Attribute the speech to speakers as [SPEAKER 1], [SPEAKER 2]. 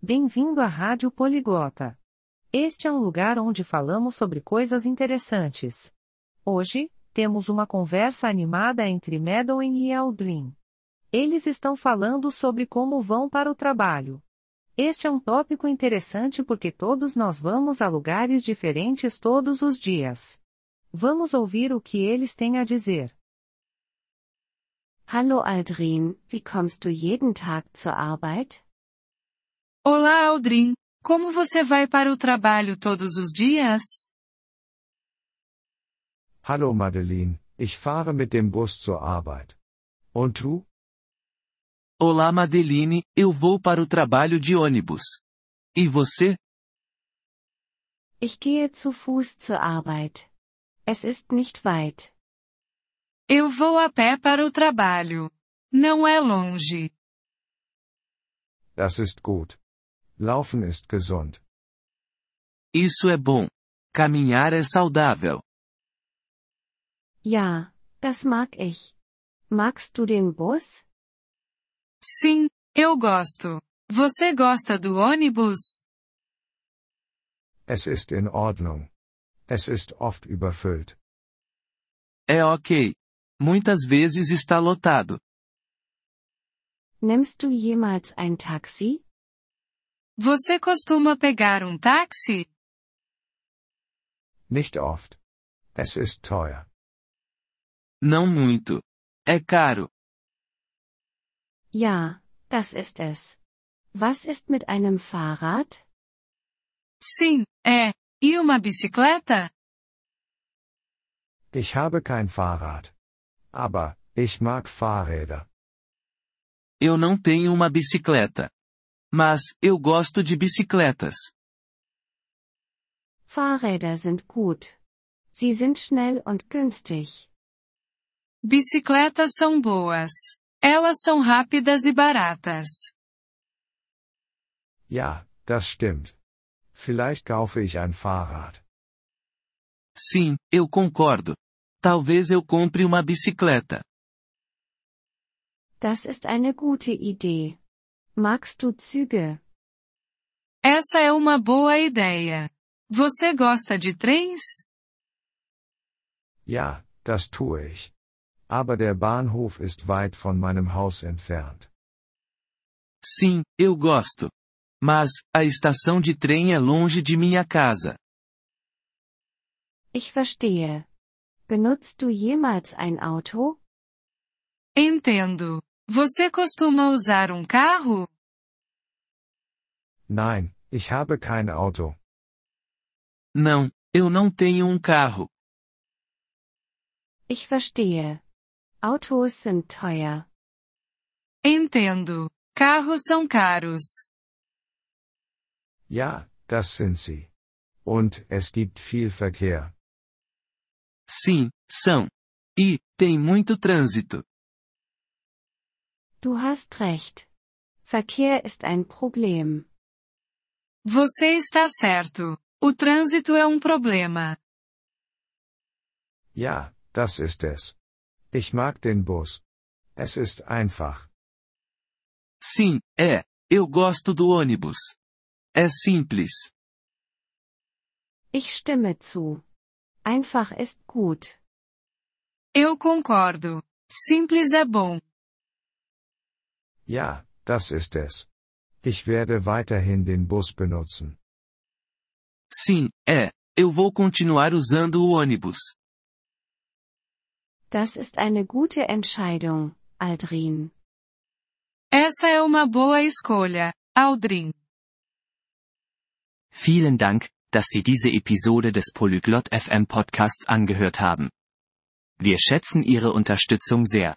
[SPEAKER 1] Bem-vindo à Rádio Poliglota. Este é um lugar onde falamos sobre coisas interessantes. Hoje, temos uma conversa animada entre Madeline e Eldrin. Eles estão falando sobre como vão para o trabalho. Este é um tópico interessante porque todos nós vamos a lugares diferentes todos os dias. Vamos ouvir o que eles têm a dizer.
[SPEAKER 2] Hallo Aldrin, wie kommst du jeden Tag zur Arbeit?
[SPEAKER 3] Olá, Aldrin. Como você vai para o trabalho todos os dias?
[SPEAKER 4] Hallo Madeleine, ich fahre mit dem Bus zur Arbeit. Und du?
[SPEAKER 5] Olá, Madeline, eu vou para o trabalho de ônibus. E você?
[SPEAKER 2] Ich gehe zu Fuß zur Arbeit. Es ist nicht weit.
[SPEAKER 3] Eu vou a pé para o trabalho. Não é longe.
[SPEAKER 4] Das ist gut. Laufen ist gesund.
[SPEAKER 5] Isso é bom. Caminhar é saudável.
[SPEAKER 2] Ja, das mag ich. Magst du den Bus?
[SPEAKER 3] Sim, eu gosto. Você gosta do ônibus?
[SPEAKER 4] Es ist in Ordnung. Es ist oft überfüllt.
[SPEAKER 5] É ok. Muitas vezes está lotado.
[SPEAKER 2] Nimmst du jemals ein Taxi?
[SPEAKER 3] Você costuma pegar um táxi?
[SPEAKER 4] Nicht oft. Es ist teuer.
[SPEAKER 5] Não muito. É caro.
[SPEAKER 2] Ja, das ist es. Was ist mit einem Fahrrad?
[SPEAKER 3] Sim, é. E uma bicicleta?
[SPEAKER 4] Ich habe kein Fahrrad. Aber, ich mag Fahrräder.
[SPEAKER 5] Eu não tenho uma bicicleta. Mas, eu gosto de bicicletas.
[SPEAKER 2] Fahrräder sind gut. Sie sind schnell und günstig.
[SPEAKER 3] Bicicletas são boas. Elas são rápidas e baratas.
[SPEAKER 4] Ja, das stimmt. Vielleicht kaufe ich ein Fahrrad.
[SPEAKER 5] Sim, eu concordo. Talvez eu compre uma bicicleta.
[SPEAKER 2] Das ist eine gute Idee. Magst du Züge?
[SPEAKER 3] Essa é uma boa ideia. Você gosta de trens?
[SPEAKER 4] Ja, das tue ich. Aber der Bahnhof ist weit von meinem Haus entfernt.
[SPEAKER 5] Sim, eu gosto. Mas, a estação de trem é longe de minha casa.
[SPEAKER 2] Ich verstehe. Benutzt du jemals ein Auto?
[SPEAKER 3] Entendo. Você costuma usar um carro?
[SPEAKER 4] Nein, ich habe kein Auto.
[SPEAKER 5] Não, eu não tenho um carro.
[SPEAKER 2] Ich verstehe. Autos sind teuer.
[SPEAKER 3] Entendo. Carros são caros.
[SPEAKER 4] Ja, das sind sie. Und es gibt viel Verkehr.
[SPEAKER 5] Sim, são. E, tem muito trânsito.
[SPEAKER 2] Du hast recht. Verkehr ist ein Problem.
[SPEAKER 3] Você está certo. O trânsito é um problema.
[SPEAKER 4] Ja, das ist es. Ich mag den Bus. Es ist einfach.
[SPEAKER 5] Sim, é. Eu gosto do ônibus. É simples.
[SPEAKER 2] Ich stimme zu. Einfach ist gut.
[SPEAKER 3] Eu concordo. Simples é bom.
[SPEAKER 4] Ja, das ist es. Ich werde weiterhin den Bus benutzen.
[SPEAKER 5] Sim, é. Eu vou continuar usando o ônibus.
[SPEAKER 2] Das ist eine gute Entscheidung, Aldrin.
[SPEAKER 3] Essa é uma boa escolha, Aldrin.
[SPEAKER 6] Vielen Dank, dass Sie diese Episode des Polyglot FM Podcasts angehört haben. Wir schätzen Ihre Unterstützung sehr.